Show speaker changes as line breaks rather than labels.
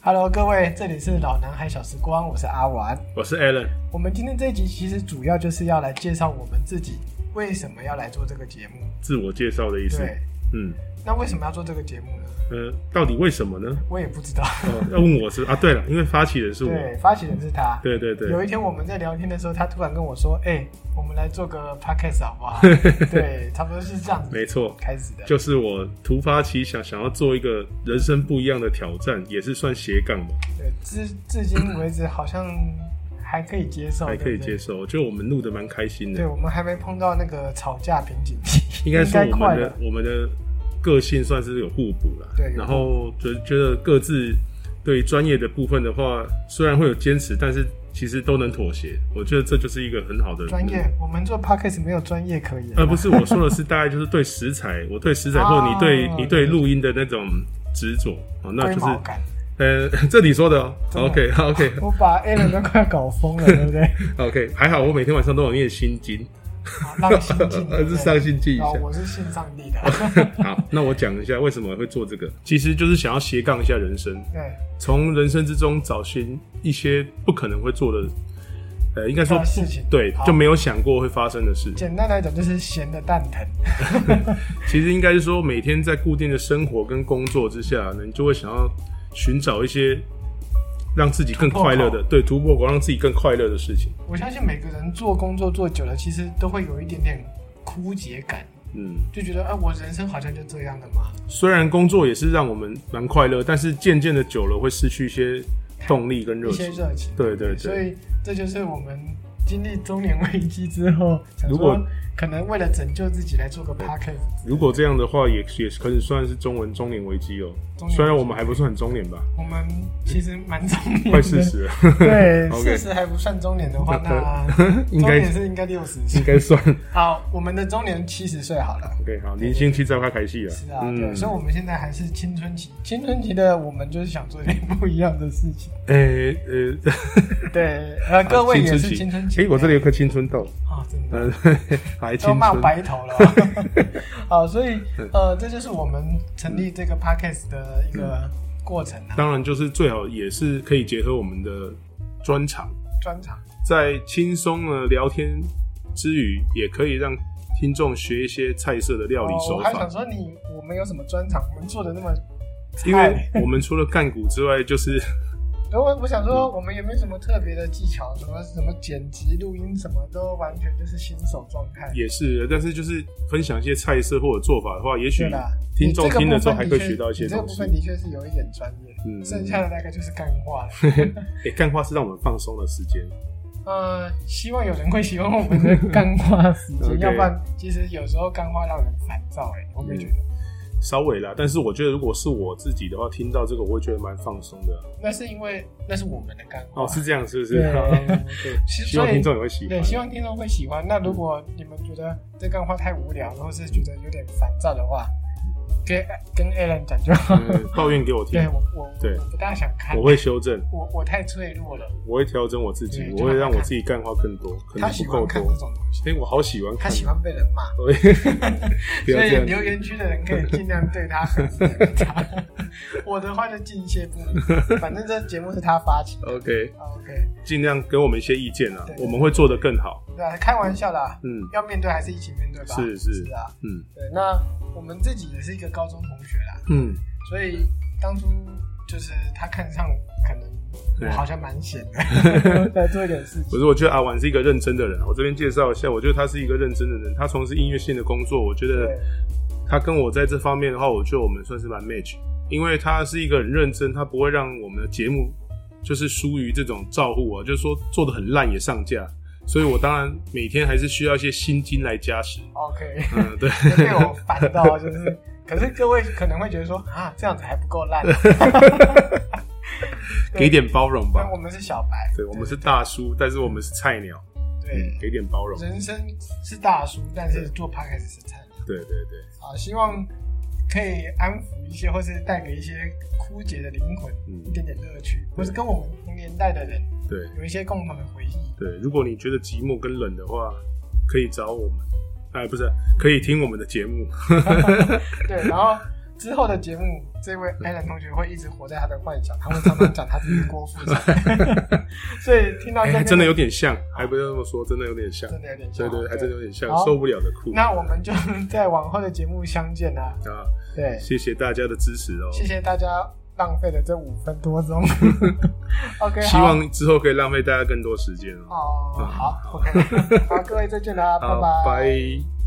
Hello，各位，这里是老男孩小时光，我是阿玩。
我是 Alan，
我们今天这一集其实主要就是要来介绍我们自己为什么要来做这个节目。
自我介绍的意思。
对，
嗯，
那为什么要做这个节目呢？
呃，到底为什么呢？
我也不知道。
哦，要问我是啊，对了，因为发起人是我，
对，发起人是他。
对对对
有一天我们在聊天的时候，他突然跟我说：“哎、我们来做个 podcast 好不好？” 对，差不多是这样子
没错，
开始的。
就是我突发奇想，想要做一个人生不一样的挑战，也是算斜杠吧，
对，至至今为止好像还可以接受，
还可
对
以
哦不对
接。受。我觉得我们录的蛮开心
对，
的，
我们还没碰到那个吵架瓶颈期，
应该说我
快
们
了
的。我们的个性算是有互补啦。
对有
然后觉觉得各自对专业的部分的话，虽然会有坚持，但是其实都能妥协。我觉得这就是一个很好的
专业，我们做 podcast 没有专业可言啊、
呃，不是，我说的是大概就是对食材，我对食材，或者你对
哦
你对录音的那种执着哦，那
龟
就是
毛感。
呃，这你说的哦
真的
，OK OK
我把 Alan 都快要搞疯了，对不 对？
OK，还好我每天晚上都有念心经，
好让心 境，对不
是
对
上心记一
然后
下。
我是信上帝的。
好，那我讲一下为什么会做这个，其实就是想要斜杠一下人生，
对，
从人生之中找寻一些不可能会做的，呃，应该说
的事情
对
好，
就没有想过会发生的事。
简单来讲就是咸的蛋疼。
其实应该是说，每天在固定的生活跟工作之下，呢，你就会想要寻找一些让自己更快乐的，对，突破口，让自己更快乐的事情。
我相信每个人做工作做久了，其实都会有一点点枯竭感，
嗯，
就觉得哎、我人生好像就这样了嘛。
虽然工作也是让我们蛮快乐，但是渐渐的久了会失去一些动力跟热
一些
情。
热情。
对对
所
对，
以这就是我们经历中年危机之后，想
如
说
果
可能为了拯救自己来做个 podcast，
如果这样的话，也也可以算是中文中年危机哦、
中年危机
虽然我们还不是很中年 吧，
我们其实蛮中年的，
快四，十了，
对，四
OK
十还不算中年的话，那
应
中
该
年是应该嗯六十岁
应。该算。
好，我们的中年七十岁好了。
OK，好，零星期再开开戏了。嗯
是啊，对，所以我们现在还是青春期。青春期的我们就是想做一点不一样的事情。
诶呃，
对，呃，各位也是青春期。哎
诶，我这里有颗青春痘，
啊，真的
呃，还青
都骂
春。
白头了。 好，所以呃，这就是我们成立这个 podcast 的一个过程啊，
当然，就是最好也是可以结合我们的专长，
专场。
在轻松的聊天之余，也可以让听众学一些菜色的料理
哦
手
我还
法。
想说你，我们有什么专场？我们做的那么菜。
因为我们除了干股之外，就是。
然后我想说，我们也没什么特别的技巧，什么什么剪辑、录音，什么都完全就是新手状态
也是，呃但是就是分享一些菜色或者做法的话，也许
对啦，
听众
你这个
听了之后
部
还
分
可
的确
以学到一些
你这个
东
部
西。
分的确是有一点专业，
嗯，
剩下的大概就是干话了。
诶，干话是让我们放松的时间。
呃，希望有人会喜欢我们的干花时间，
OK
要不然其实有时候干花让人烦躁哎、我会觉
嗯
得、
稍微啦，但是我觉得如果是我自己的话，听到这个我会觉得蛮放松的。
那是因为那是我们的干花。
哦，是这样，是不是？
对
对
其实
希望
所以
听众也会喜欢。嗯
对，希望听众会喜欢。那如果你们觉得这干花太无聊，或是觉得有点烦躁的话，跟跟 Alan 讲就好。
嗯抱怨给我听
对，我我
对
我不大想看，
我会修正，
我我太脆弱了。
我会调整我自己
对，
我会让我自己干话更多，可
他
能
喜
不
欢
够
看
多
这。种东西，
哎，我好喜欢
他
看，
喜欢被人骂，
我会 不要
所以
这
留
样。
言区的人可以尽量对他很 严查。我的话就尽些不明，反正这节目是他发起的。
OK，
OK，
尽量给我们一些意见啊
对，
我们会做得更好。
对啊，开玩笑啦，
嗯
要面对还是一起面对吧。
是
是
是
啊，
嗯
对。那我们自己也是一个高中同学啦，
嗯，
所以当初就是他看上可能我
对
好像蛮闲 的，来做一点事
可
情。
是我觉得阿婉是一个认真的人啊，我这边介绍一下，我觉得他是一个认真的人，他从事音乐性的工作，我觉得
对，
他跟我在这方面的话，我觉得我们算是蛮 match，因为他是一个很认真，他不会让我们的节目就是疏于这种照顾啊，就是说做的很烂也上架，所以我当然每天还是需要一些薪金来加 持。
OK，
嗯，对，
就 被我烦到就是。可是各位可能会觉得说啊，这样子还不够 烂，
给点包容吧
但。我们是小白，
对，我们是大叔，但是我们是菜鸟，嗯
对，
给点包容。
人生是大叔，但是做 podcast 是菜鸟
对对对，
啊，希望可以安抚一些，或是带给一些枯竭的灵魂一
嗯，
点点乐趣，或是跟我们同年代的人
对
有一些共同的回忆。
对，如果你觉得寂寞跟冷的话，
嗯
可以找我们，哎，不是，可以听我们的节目。
对，然后之后的节目，这位 Alan 同学会一直活在他的幻想，他会常常讲他自己郭富城， 所以听到
哎、
这边、
还真的有点像，还不要这么说，真的有点像，
真的有点像，
对对，还真的有点像
好，
受不了的哭
那我们就在往后的节目相见啦。
啊！
对，
谢谢大家的支持哦，
谢谢大家浪费了这五分多 钟。OK，好
希望之后可以浪费大家更多时间哦。
哦，好
好
，OK，好，各位再见啦，拜
好，拜。